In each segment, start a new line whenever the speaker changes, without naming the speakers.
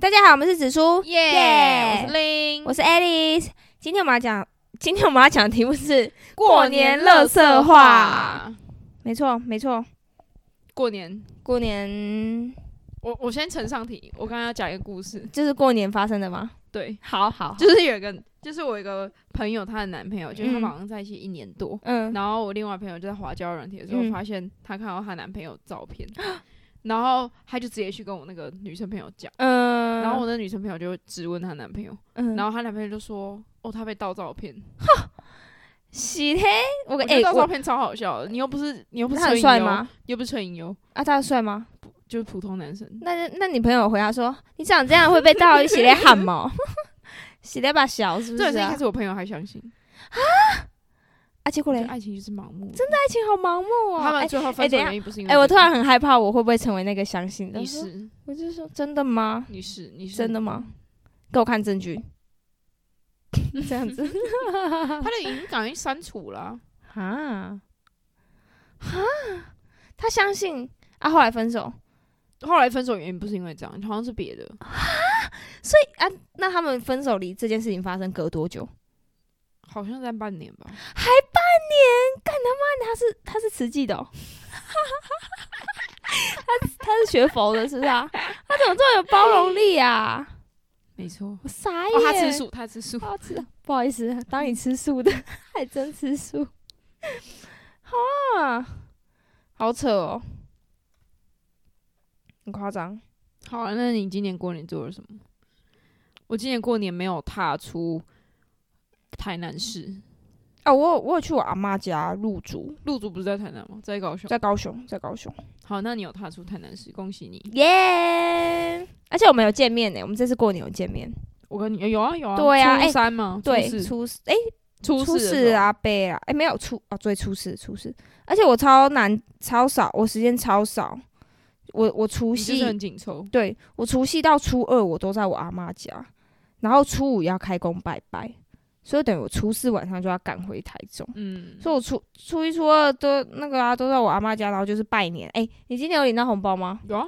大家好，我们是紫苏，
耶！我是
哦耶
林，
我是 Alice。今天我们要讲，今天我们要讲的题目 是，过年垃
乐
圾
色
话。没错，没错，
过年，
过年
我我先呈上题，我刚刚要讲一个故事。
就是过年发生的吗？
对，
好好就
就是有一个，就是我有一个朋友，她的男朋友，就是他
嗯
们好像在一起一年多。
嗯，
然后我另外朋友就在华交软体的时候，
嗯
发现她看到她男朋友的照 片，然后她就直接去跟我那个女生朋友讲，
嗯，
然后我那女生朋友就质问她男朋友，
嗯，
然后她男朋友就说：“哦，她被盗照片。”
喜嘿，我
我
跟
觉
哎
得，盗照
我
片超好笑的，你又不是你又不是
他
车
很
银
帅
优，
吗？
又不是车银优，
啊，他帅吗？
就是普通男生。
那那你朋友回答说，你长这样会被盗，洗在汗毛， 洗在把小是不
对，
是
是一
啊
开？始我朋友还相信，
啊，结果嘞，
就
爱
爱情就是盲目，真的。
情好盲目哦。
他们
哎
最后分手
等一下
原因不是因为
哎，我突
这个
然很害怕，我会不会成为那个相信的？
你是
我就说真的吗？
你是你是
真的吗？给我看证据， 这样子
他的影感已经删除了啊，
啊哈，他相信啊，后来分手，
后来分手原因不是因为这样，好像是别的，
所以啊，那他们分手离这件事情发生隔多久？
好像在半年吧。
还半年，干他妈的，他是他是慈济的、哦， 他他是学佛的，是不是啊？他怎么这么有包容力啊？
没错，哦，
我傻眼、
他吃，素，他吃素，
他吃，不 好意思，当你吃素的， 还真吃素，哈，好扯哦，很夸张。
好、啊，那你今年过年做了什么？我今年过年没有踏出台南市，
啊，我有我有去我阿妈家入住，
陆主不是在台南吗？在高雄。
在高雄，在高雄，
好，那你有踏出台南市，恭喜你！
耶、而且我们有见面呢，我们这次过年有见面。
我跟你有啊有啊，
对啊哎
初三嘛，
对，
初四
初四哎、初
初四的
四
时候，
啊，杯啊，哎、没有初啊，对，初四，初四，而且我超难，超少，我时间超少，我我除
你就是
夕，
很紧凑。
对我除夕到初二我都在我阿妈家，然后初五要开工拜拜，所以等于我初四晚上就要赶回台中，
嗯，
所以我初初一初二都那个啊都在我阿妈家，然后就是拜年。哎、你今年有领到红包吗？
有啊，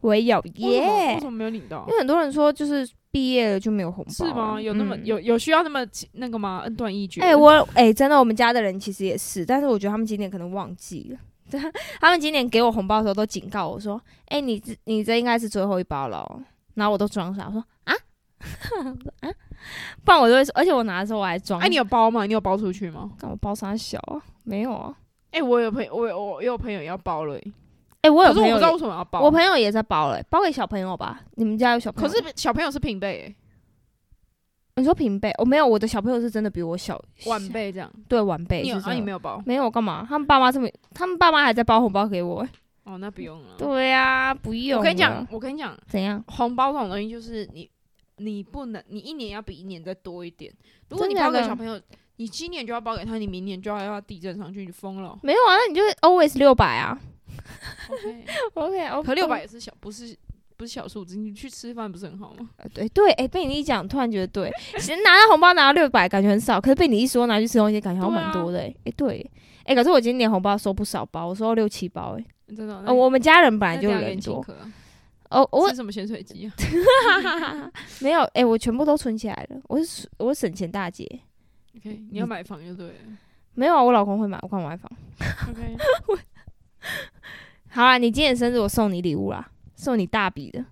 我也有
为
耶
什么为什么没有领到
因？为很多人说就是毕业了就没有红包
是
了，
吗？有那么
嗯
有有需要那么那个吗？恩断义绝？
哎、我哎、真的，我们家的人其实也是，但是我觉得他们今年可能忘记了。 他们今年给我红包的时候都警告我说：“哎、你这你这应该是最后一包了哦、然后我都装傻，我说：“啊， 我说啊，不然我就会说。”而且我拿的时候我还装。
哎，你有包吗？你有包出去吗？
看我包啥小啊？没有啊。
哎，我有朋友，我有我有朋友要包了，哎
哎、我有
可是
朋
我不
友
知道
也，
为什么要
我
包。
朋友嗯也在包了、包给小朋友吧。你们家有小朋
可
友？
是小朋友是平辈，
你说平辈，我、哦没有，我的小朋友是真的比我小，
哎，晚辈这样。
对晚辈
你有
是
啊？
真
你
的。
没有包？
没有我干嘛？他们爸妈这么，他们爸妈还在包红包给我、哎
哦，那不用了。
对呀、不用。
我跟你讲，，我跟你讲，
怎样？
红包这种东西就是你，你不能，你一年要比一年再多一点。如果
真
你
假
包给
的。
小朋友，你今年就要包给他，你明年就要要地震上去，你疯了
没有啊，那你就是 always 六百啊。
OK，
OK，哦
可六百也是小，不是不是小数字，你去吃饭不是很好吗？
对对，哎、被你一讲，突然觉得对， 其实拿到红包拿到六百，感觉很少，可是被你一说拿去吃东西，感觉好像
对啊
蛮多的、欸。哎、对，哎、可是我今年红包收不少包，我收到六七包、欸，
真的，
哎、
那
我们家人本
那
来就
等下给
人
你请
多，
客啊
哦，我
吃什么咸水鸡啊？
没有，哎、我全部都存起来了，我是我省钱大姐，
OK，你要买房就对了。
没有啊，我老公会买，我干嘛买房？
OK，
好啦，你今年生日我送你礼物啦，送你大笔的，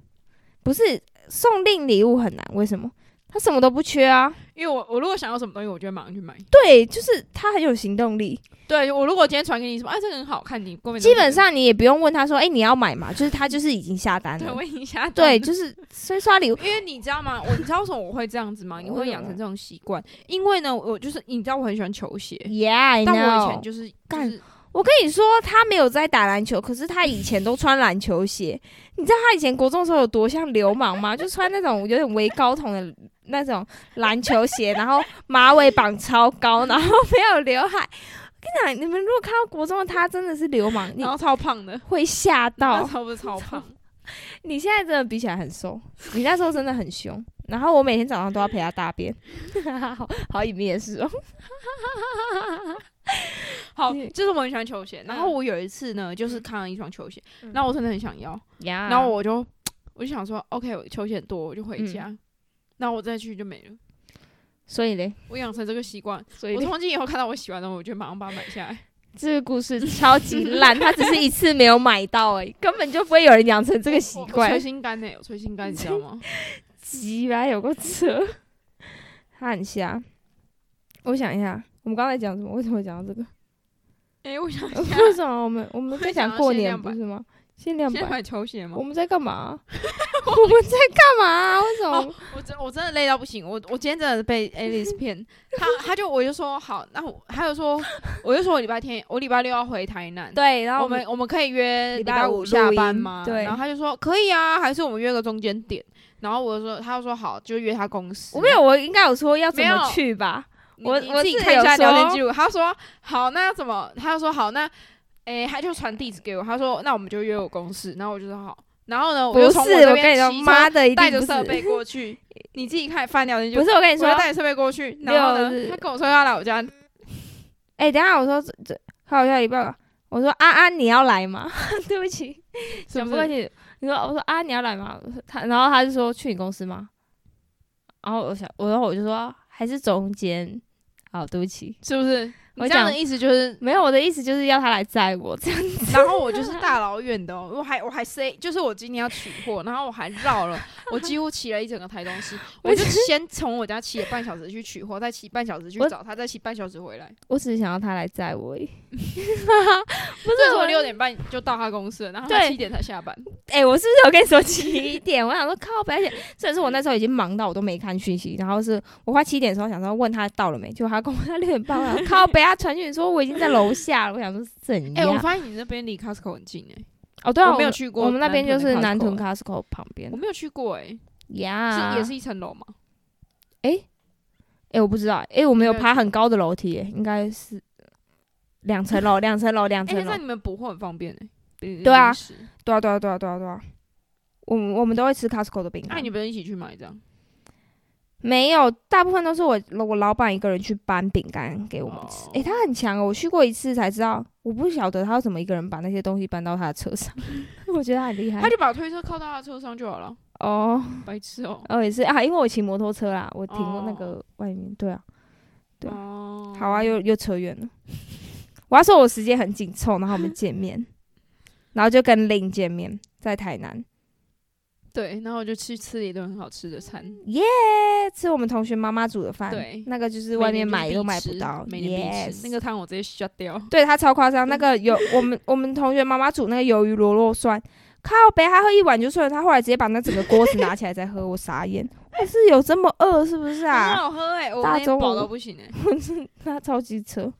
不是送另礼物很难，为什么？他什么都不缺啊，
因为我我如果想要什么东西，我就会马上去买。
对，就是他很有行动力。
对我如果今天传给你什么，哎，这个很好看，你根本就
基本上你也不用问他说，哎、你要买吗？就是他就是已经下单
对
了
我，已经下单
对，
了
就是所以刷礼物，
因为你知道吗？我你知道为什么我会这样子吗？你
为
会
什
养成
么
这种习惯，因为呢，我就是你知道我很喜欢球鞋，
yeah，I
但我以前
know。
就是
干
就是
我跟你说，他没有在打篮球，可是他以前都穿篮球 鞋。你知道他以前国中的时候有多像流氓吗？就穿那种有点微高筒的那种篮球鞋，然后马尾绑超高，然后没有刘海。我跟你讲，你们如果看到国中的他，真的是流氓，你
然后超胖的，
会吓
那
到
时。候不是超胖，
你现在真的比起来很瘦，你那时候真的很凶。然后我每天早上都要陪他大 便，好好隐秘的事哦。
好，
你
就是我很喜欢球鞋。然
嗯
后嗯我有一次呢，就是看到一双球鞋，然后我真的很想要，
呀
然后我就我就想说，OK，我球鞋很多，我就回家，那、我再去就没了。
所以嘞，
我养成这个习惯，
所
我从今以后看到我喜欢的，我就马上把它买下 来。
这个故事超级烂，他只是一次没有买到 而已，根本就不会有人养成这个习
我我
惯
捶。心肝呢、我捶心肝，你知道 吗？
急吧，有个车，他很瞎。我想一下，我们刚才讲什么？为什么会讲到这 个？
哎、我想一下，
为什么我们我们在讲过
我
年
们在讲
不是吗？限量
现在
版，
买球鞋吗
我？们在干 嘛？我们在干嘛？为什么？
我真我真的累到不行，我我今天真的被 Alice 骗， 他他就我就说好，那我还有说， 我就说我礼拜天我礼拜六要回台南，
对，然后
我们我们可以约
礼
礼
拜
拜
五
五下
录
班
音
吗？
对
然后他就说可以啊，还是我们约个中间点。然后我就说，他就说好，就约他公司。
我没有，我应该有说要怎
没
么
有
去吧？
你，
我
你
我
自
是
己看一
有
下聊天
说
记录。他说好，那要怎么？他就说好，那诶，他就传地址给我。他说那我们就约我公司。然后我就说好。然后呢，
不，
我就是从我这
我跟你
边
说，
骑车
妈的，一
带
定
着
不
设
是。
备过去， 你自己看翻聊天记录
不。是，我跟你说
我，要带着设备过去，然后
六日
呢，他跟我说要来我家，
哎、等一下我说这这，看我一下礼拜吧。我说安安你要来吗？ 对不起，
是
讲
不
不过
是？
去。你说我说啊安安你要来吗？我说他然后他就说去你公司吗？然后我想，我然后我就说还是中间。好，对不起，
是不是？
我
你这
讲
样的意思就是
没有我的意思就是要他来载我这样子。
然后我就是大老远的哦、我还我还塞，就是我今天要取货，然后我还 绕了，我几乎骑了一整个台东市，我就先从我家骑了半小时去取货，再骑半小时去
我
找他，再骑半小时回来。
我只是想要他来载我而已。
不是我六点半就到他公司了，然后他
对
七点才下班。
哎、我是不是有跟你说七点？我想说靠北，而且虽然说我那时候已经忙到我都没看讯息，然后是我快七点的时候想说问他到了没，结果他跟我说他六点半，我想说靠北，他传讯说我已经在楼下了，我想说是怎
哎、
样？
我发现你那边离 Costco 很近哎、
哦，对啊，
我没有
们
去过
我们那边就是南
南
屯
屯
Costco 旁边
我，没有去过哎、
呀，
是也是一层楼吗？
哎、我不知道，哎、我们有
没有
爬
去
很高的楼梯耶，应该是两层楼，两层楼，两
哎、
层楼
那，你们补货很方便哎、欸。
对啊
零食，
对啊，对啊，对啊，对啊，对啊。我们我们都会吃 Costco 的饼
那、
干
你，们一起去买这样？
没有，大部分都是我我老板一个人去搬饼干给哎我们吃。
哦
诶、他很强哦，我去过一次才知道，我不晓得他怎么一个人把那些东西搬到他的车 上，我觉得他很厉害。
他就把推车靠到他的车上就好了，
哦
白痴哦、
哦也是啊，因为我骑摩托车啦，我停过那个外面，对啊，对
哦，
好啊，又又扯远了。 我要说我时间很紧凑，然后我们见 面，然后就跟令见面，在台南，
对，然后我就去吃了一顿很好吃的餐，
耶、哎吃我们同学妈妈煮的饭，
对
那个就是
每
外
年
面
就
买
是必
都买不
吃
到，
每年必
yes
吃那个汤我直接 shut 掉。
对他超夸张，那个有我们我们同学妈妈煮那个鱿鱼螺肉蒜，靠北他喝一碗就算了，他后来直接把那整个锅子拿起来再喝，我傻眼，我是有这么饿是不是
很
啊？
好喝哎、我
大
那天
中
饱
午
到不行哎、
他超级扯。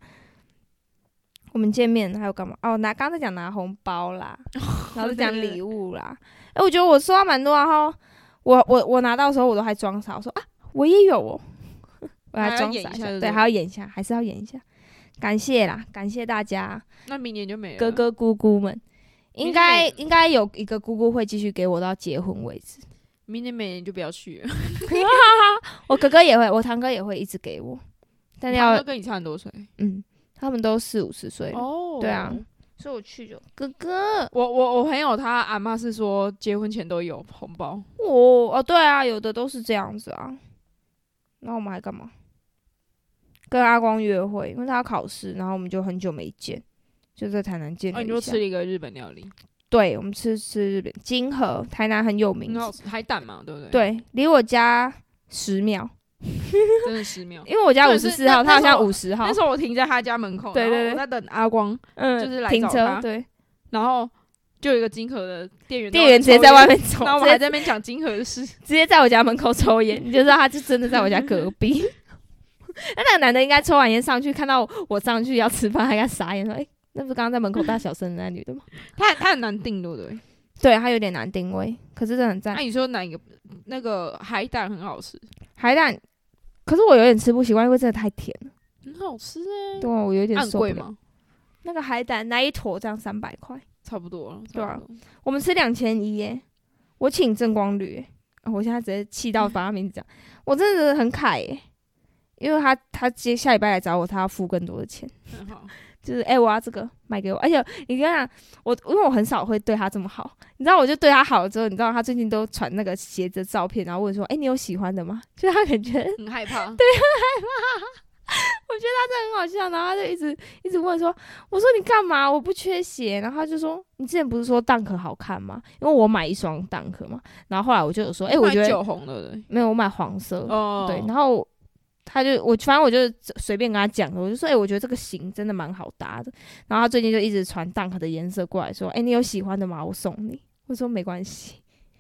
我们见面还有干嘛？哦，拿刚才讲拿红包 啦，然后就讲礼物啦。哎、我觉得我收到蛮多，然后我我我拿到的时候我都还装傻，我说啊我也有哦，我还
还要
装
演
傻
一下对
对，
不对
还要演一下，还是要演一下。感谢啦，感谢大家。
那明年就没了。
哥，哥姑姑们，
你
应
是
该
每
应该有一个姑姑会继续给我到结婚为止。
明年每年就不要去了。
我哥哥也会，我堂哥也会一直给我，但
他
要
都跟你差很多岁
嗯，他们都四五十岁了，
哦
对啊，所以我去就哥哥，
我我我朋友他阿妈是说结婚前都有红包，
我哦对啊，有的都是这样子啊。那我们还干嘛？跟阿光约会，因为他要考试，然后我们就很久没见，就在台南见
啊，
了一
你就
下。
吃了一个日本料理，
对，我们吃吃日本金河，台南很有名
很，好吃，海胆嘛，对不对？，
对，离我家十秒。
真的十秒。
因为我家五
对
十
是
四号，他 好
那那时
像
候
五十号
那，时候我停在他家门口，
对对
然后
对
我在等阿光，
嗯，
就是来
停
找
车，
他
对，
然后就有一个金河的店员，
店员直接在外，面抽，
然后我
直
们
接
还在那边讲金河的事，
直接在我家门口抽烟，你就知道他就真的在我家隔 壁。那那个男的应该抽完烟上去，看到我上去要吃饭，他应该傻眼说：“哎、那不是刚刚在门口大小声的那女的吗
他他很难定，对不对？？”
对他有点难定位，可是真的很
那、
赞。
你说哪一个那个海胆很好吃？
海胆，可是我有点吃不习惯，因为真的太甜了。
很好吃哎、
对啊，我有点
按
受不
贵
了。
吗？
那个海胆那一坨这样三百块，
差不多了，
对啊
差不多，
我们吃两千一耶，我请正光旅耶、哦我现在直接气到把他名字讲，我真的很凯耶、因为他他接下礼拜来找我，他要付更多的钱，
很好。
就是哎、我要这个买给我。而且你跟他讲，我因为我很少会对他这么好，你知道，我就对他好了之后，你知道他最近都传那个鞋子的照片，然后问说，哎、你有喜欢的吗？ 就是他感觉我觉得
很 害怕。
他真的很好笑，然后他就一直一直问说，我说你干嘛？我不缺鞋。然后他就说，你之前不是说 Dunk 好看吗？因为我买一双 Dunk 嘛。然后后来我就有说，哎、我觉
买
得
酒红的对
没有，我买黄色。
哦
对，然后他就我反正我就随便跟他讲了，我就说，哎、我觉得这个型真的蛮好搭的。然后他最近就一直传 Dunk 的颜色过来，说，哎、你有喜欢的吗？我送你。我说没关系，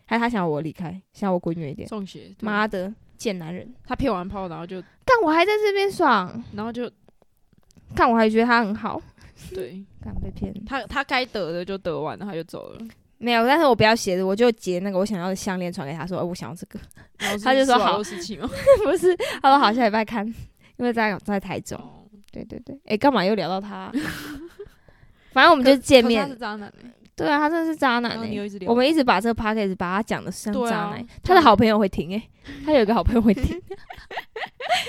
还是他想要我离开，想要我滚远一点。
中邪，对
妈的，贱男人！
他骗完炮，然后就
干我还在这边爽，
然后就
干我还觉得他很好，
对
干被骗了。
他他该得的就得完了，他就走了。
没有，但是我不要鞋子，我就截那个我想要的项链传给他说，哎、我想要这个，
然后是
他就说
四百
好
六十 七嘛，
不是，他说好下礼拜看，因为在在台中。
哦
对对对，哎、干嘛又聊到他 啊、反正我们就见
可是他
面
是，渣男欸，
对啊，他真的是渣男
然后
欸
你又一直聊
我们一直把这个 p a c k a g e 把他讲的像
对
渣
啊
男，欸他的好朋友会听 哎、他有一个好朋友会听。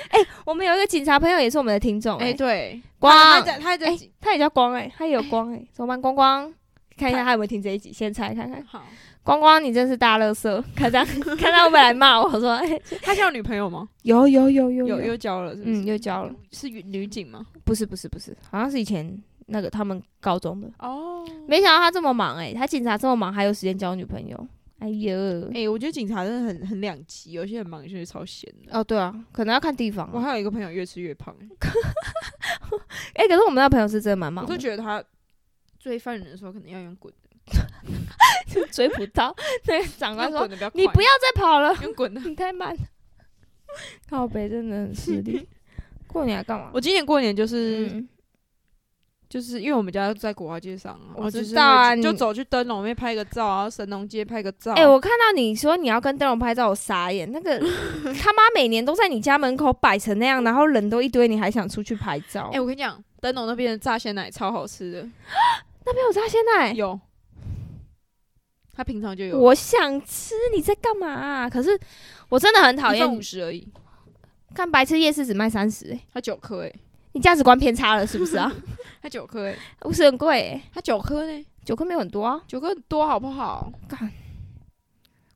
哎、我们有一个警察朋友也是我们的听众哎、
哎对，
光
他还在他还在
哎、他也叫光哎、他也有光哎、怎么办？光光，看一下他有没有听这一集，先猜看看。
好，
光光，你真是大乐色，看 他看他会不会来骂我说，哎、
他现在有女朋友吗？
有有有有
有又交了，是不
嗯，
是？
又交了，
是女女警吗？
不是不是不是，好像是以前那个他们高中的。
哦，
没想到他这么忙哎、他警察这么忙还有时间交女朋友，哎呦，
哎，我觉得警察真的很很两极，有些很忙，有些超闲的。
哦对啊，可能要看地方
我
啊。
还有一个朋友越吃越胖，欸
哎、可是我们那朋友是真的蛮忙
我
的
都，觉得他追犯人的时候可能要用滚的，
追不到。 那个长官
用
说
滚的比较：“快
你不要再跑了，
用滚的。
你太慢了。” 靠北真的很势利。 过年还干嘛？
我今年过年就是
嗯，
就是因为我们家在国华街上啊，
我
然后就
知
是
道啊
会去就
你
走去灯笼那边拍个照啊，神农街拍个照。哦
哎、我看到你说你要跟灯笼拍照，我傻眼。那 个他妈每年都在你家门口摆成那样，然后人都一堆，你还想出去拍照？
哎、
哎、
我跟你讲，灯笼那边的炸鲜奶超好吃 的，
那边有炸鲜奶，
有。他平常就有，
我想吃，你在干嘛啊、可是我真的很讨
一份五
厌，
十而已，
看白痴夜市只卖三十、哎，
他九颗哎，
你价值观偏差了是不是 啊？
他九颗哎，
五十很贵、哎，
他九颗呢，
九块没有很多啊。
九颗很多好不好？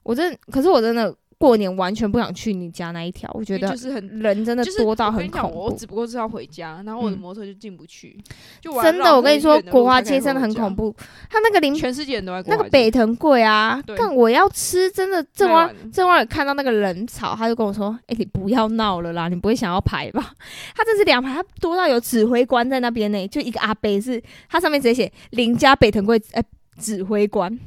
我真，可是我真的过年完全不想去你家那一条，我觉
因为
得
就是很
人真的
就是
多到
我跟
很
你
恐
讲，
怖。
我只不过是要回家，然后我的
嗯
摩托车就进不去，就
真的，我跟你说，国华
华
街真的很恐，怖，它那个林
全世界人都在国
那
华
个
街。
北藤贵啊
对，
但我要吃，真的正
卖
旺
完了
正旺也看到那个人潮，他就跟我说：“哎、你不要闹了啦，你不会想要排吧？” 他这是两排，他多到有指挥官在那边呢，就一个阿伯是，他上面直接写林家北藤贵，哎、指挥官。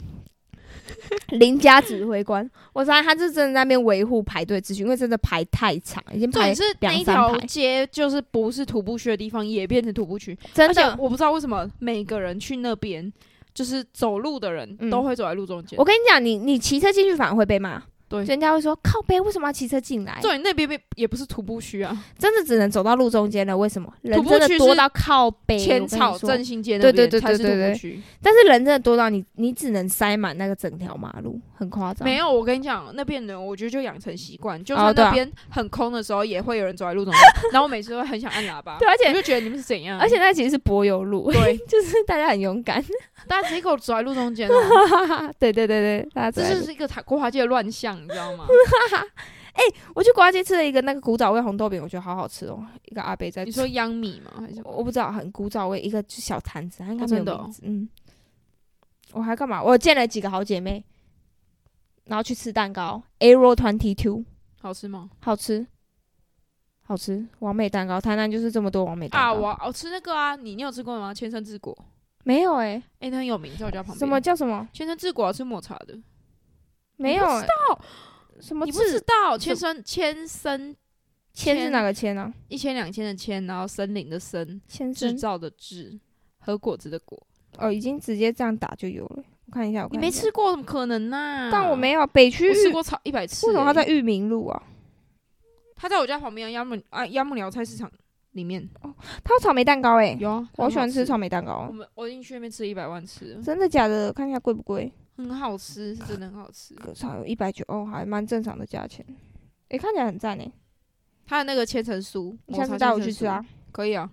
林家指挥官，我猜他就真的在那边维护排队秩序，因为真的排太长，已经
重
排
点是那
两
一
三
条
排
街就是不是徒步区的地方也变成徒步区，
真
而且
的。
我不知道为什么每个人去那边就是走路的人
嗯
都会走在路中间。
我跟你讲，你你骑车进去反而会被骂，
对
人家会说靠背为什么要骑车进来？
重点那边也不是徒步区啊，
真的只能走到路中间了，为什么？人
徒步
真的
区
多
是
到靠北，我
浅
跟你
草
说
振兴街那
对
边
对对
才是
对对
徒步
对
区。
但是人真的多到你，你只能塞满那个整条马路，很夸张。
没有，我跟你讲，那边人我觉得就养成习惯，就
哦
算
对啊
那边很空的时候，也会有人走在路中间，然后我每次都会很想按喇叭。
对，而啊
我
且
就觉得你们是怎样？
而且那其实是柏油路，
对，
就是大家很勇敢。
大家直接给我走在路 中间哦，
对对对对，大家走
这
在
就
路
是一个台国华街的乱象，你知道吗？
我去国家街吃了一个那个古早味红豆饼，我觉得好好吃哦。一个阿伯在
你
吃，
说央米吗？还是什么
我不知道，很古早味，一个就小摊子，它应该
哦
没有
真的哦
名字。嗯，我还干嘛？我见了几个好姐妹，然后去吃蛋糕，Aero Twenty Two，
好吃吗？
好吃。好吃，完美蛋糕，台南就是这么多完美蛋
啊，
糕
我我吃那个啊，你你有吃过吗？千生治国，
没有哎、
哎、它很有名，在我家旁边。
什么？叫什么？
千生治国是抹茶的，
没有、
不
欸，
知
道什么
你不知
字？
道？
什
千生千生
千是哪个千啊？
一千两千的千，然后森林的森，
千
制
生
造的制，和果子的果。
哦，已经直接这样打就有了。我看一下，我
你
看一下
没吃，过，怎么可能呢、
啊但我，没有北区
我吃
玉。
过超一百次、
为什么他在
欸？
裕民路啊？
他在我家旁边，亚木啊亚木寮菜市场里面
他有草莓蛋糕哎、
有啊。
我好喜欢吃草
莓。
莓蛋糕
我
哦，
们我已经去那边吃一百万次了，
真的假的？看一下贵不贵？
很好吃，是真的很好吃。
差一百九哦，还蛮正常的价钱。哎、看起来很赞哎、
他的那个千层酥，
你
抹
下
茶
次带我
千
去
层
吃
酥
啊？？
可以啊，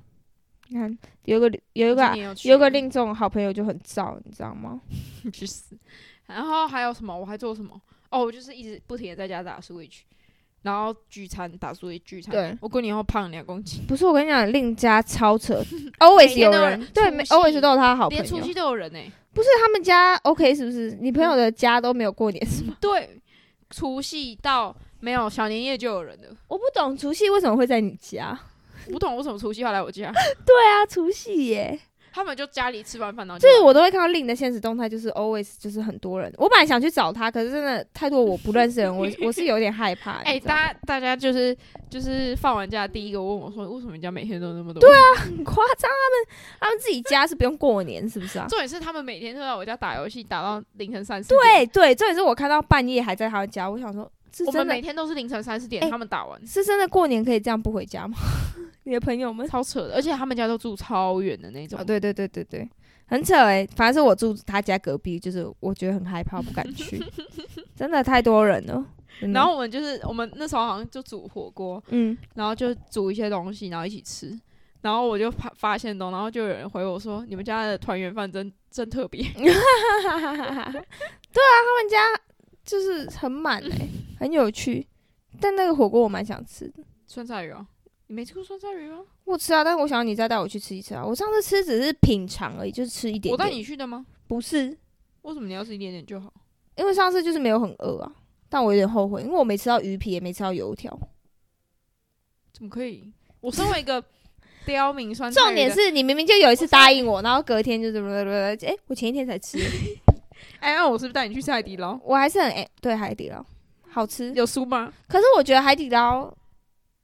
你看有一个有一个
个
有一个另这种好朋友就很燥，你知道吗？
你去死。然后还有什么？我还做什么？哦，我就是一直不停的在家打 Switch，然后聚餐打 Switch 聚餐。
对
我过年后胖了两公斤，
不是我跟你讲，令家超扯，always 有
每天都有
人
人
对
除
每
夕
，always 都有他的好朋
连除
友
夕。都有人呢、
不是他们家 OK 是不是？你朋友的家都没有过年是吗？
对，除夕到没有小年夜就有人了。
我不懂除夕为什么会在你家？
我不懂为什么除夕要来我家，
对啊，除夕耶，
他们就家里吃完饭然后就
就是我都会看到令的现实动态，就是 always 就是很多人。我本来想去找他，可是真的太多我不认识的人，我我是有点害怕。
哎、
你知道吗
大家大家就是就是放完假第一个问我说，为什么你家每天都那么多？对啊，
很夸张，他们他们自己家是不用过年是不是啊？
重点是他们每天都在我家打游戏，打到凌晨三四点。
对对，重点是我看到半夜还在他家，我想说，是
我们
真的
每天都是凌晨三四点，
哎
他们打完
是真的过年可以这样不回家吗？ 你的朋友们？
超扯的，而且他们家都住超远的那 种。
哦，对对对对对，很扯哎、反正是我住他家隔壁，就是我觉得很害怕，我不敢 去，真的太多人了。真的
然后我们就是我们那时候好像就煮火锅，
嗯，
然后就煮一些东西，然后一起吃。然后我就发发现东，然后就有人回我说：“你们家的团圆饭真真特别。
对啊，他们家就是很满哎、 很有趣。但那个火锅我蛮想吃的，”
酸菜鱼哦，你没吃过酸菜鱼吗？
我吃啊，但我想你再带我去吃一次啊。我上次吃只是品尝而已，就是吃一点
我带
点。
你去的吗？
不是，
为什么你要吃一点点就好？
因为上次就是没有很饿啊，但我有点后悔，因为我没吃到鱼皮，也没吃到油条。
怎么 可以？我身为一个刁民酸菜鱼的，
重点是你明明就有一次答应我，然后隔天就怎么怎么，哎、我前一天才吃，
哎，那我是不是带你去吃海底捞？
我还是很哎、对海底捞好吃。
有酥吗？
可是我觉得海底捞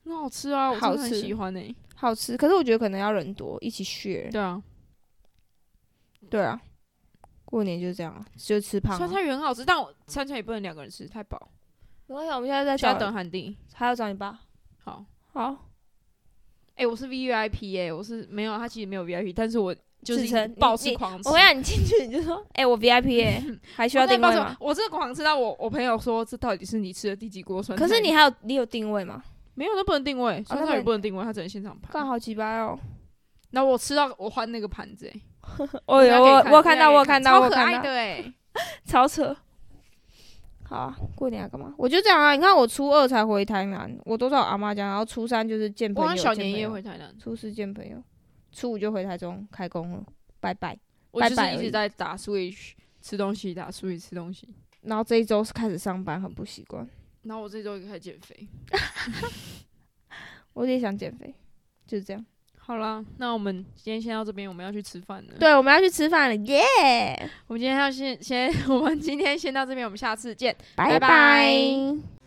很好吃啊，我真
好
的很
吃
喜欢诶、
好吃，可是我觉得可能要人多一起 share。
对啊，
对啊，过年就这样，就吃胖、
酸
啊。
菜鱼很好吃，但我酸菜鱼不能两个人吃，太饱，
没关系，我们现在在
需要
找，
等寒定。
还要找你爸。
好，
好，
哎、我是 VIP 哎、我是没有，他其实没有 VIP，但是我就是
自称
暴
你
吃
你
狂 吃。哦
我跟你讲，你进去你就说，哎、我 VIP 哎、还需要
我在
定位
暴吃
吗？
我这个狂吃到我我朋友说，这到底是你吃的第几锅酸菜
可
鱼？
是你还哦有你有定位吗？
没有，那不能定位，酸
那不
菜鱼
能
不能定位，他只能现场
刚
盘。
好几百哦。
然后我吃到我换那个盘子、欸，
哦有我我有看到我有看到我
超
有
可
看
爱
到
的、欸，
超扯。好啊，过年要干嘛？我就这样啊。你看我初二才回台南，我都在我阿妈家，然后初三就是见
我
朋
好像
友，
小
见
年
朋
夜
友
回台南，
初四见朋友，初五就回台中开工了，拜拜。
我
拜
就是
拜
一
而已
直在打 Switch 吃东西，打 Switch 吃东西。
然后这一周是开始上班，很不习惯，
然后我这周也开始减肥。
我也想减肥，就是这样。
好啦，那我们今天先到这边，我们要去吃饭了。，
对，我们要去吃饭了，耶、
我们今天要先先，我们今天先到这边，我们下次见。
拜
拜
拜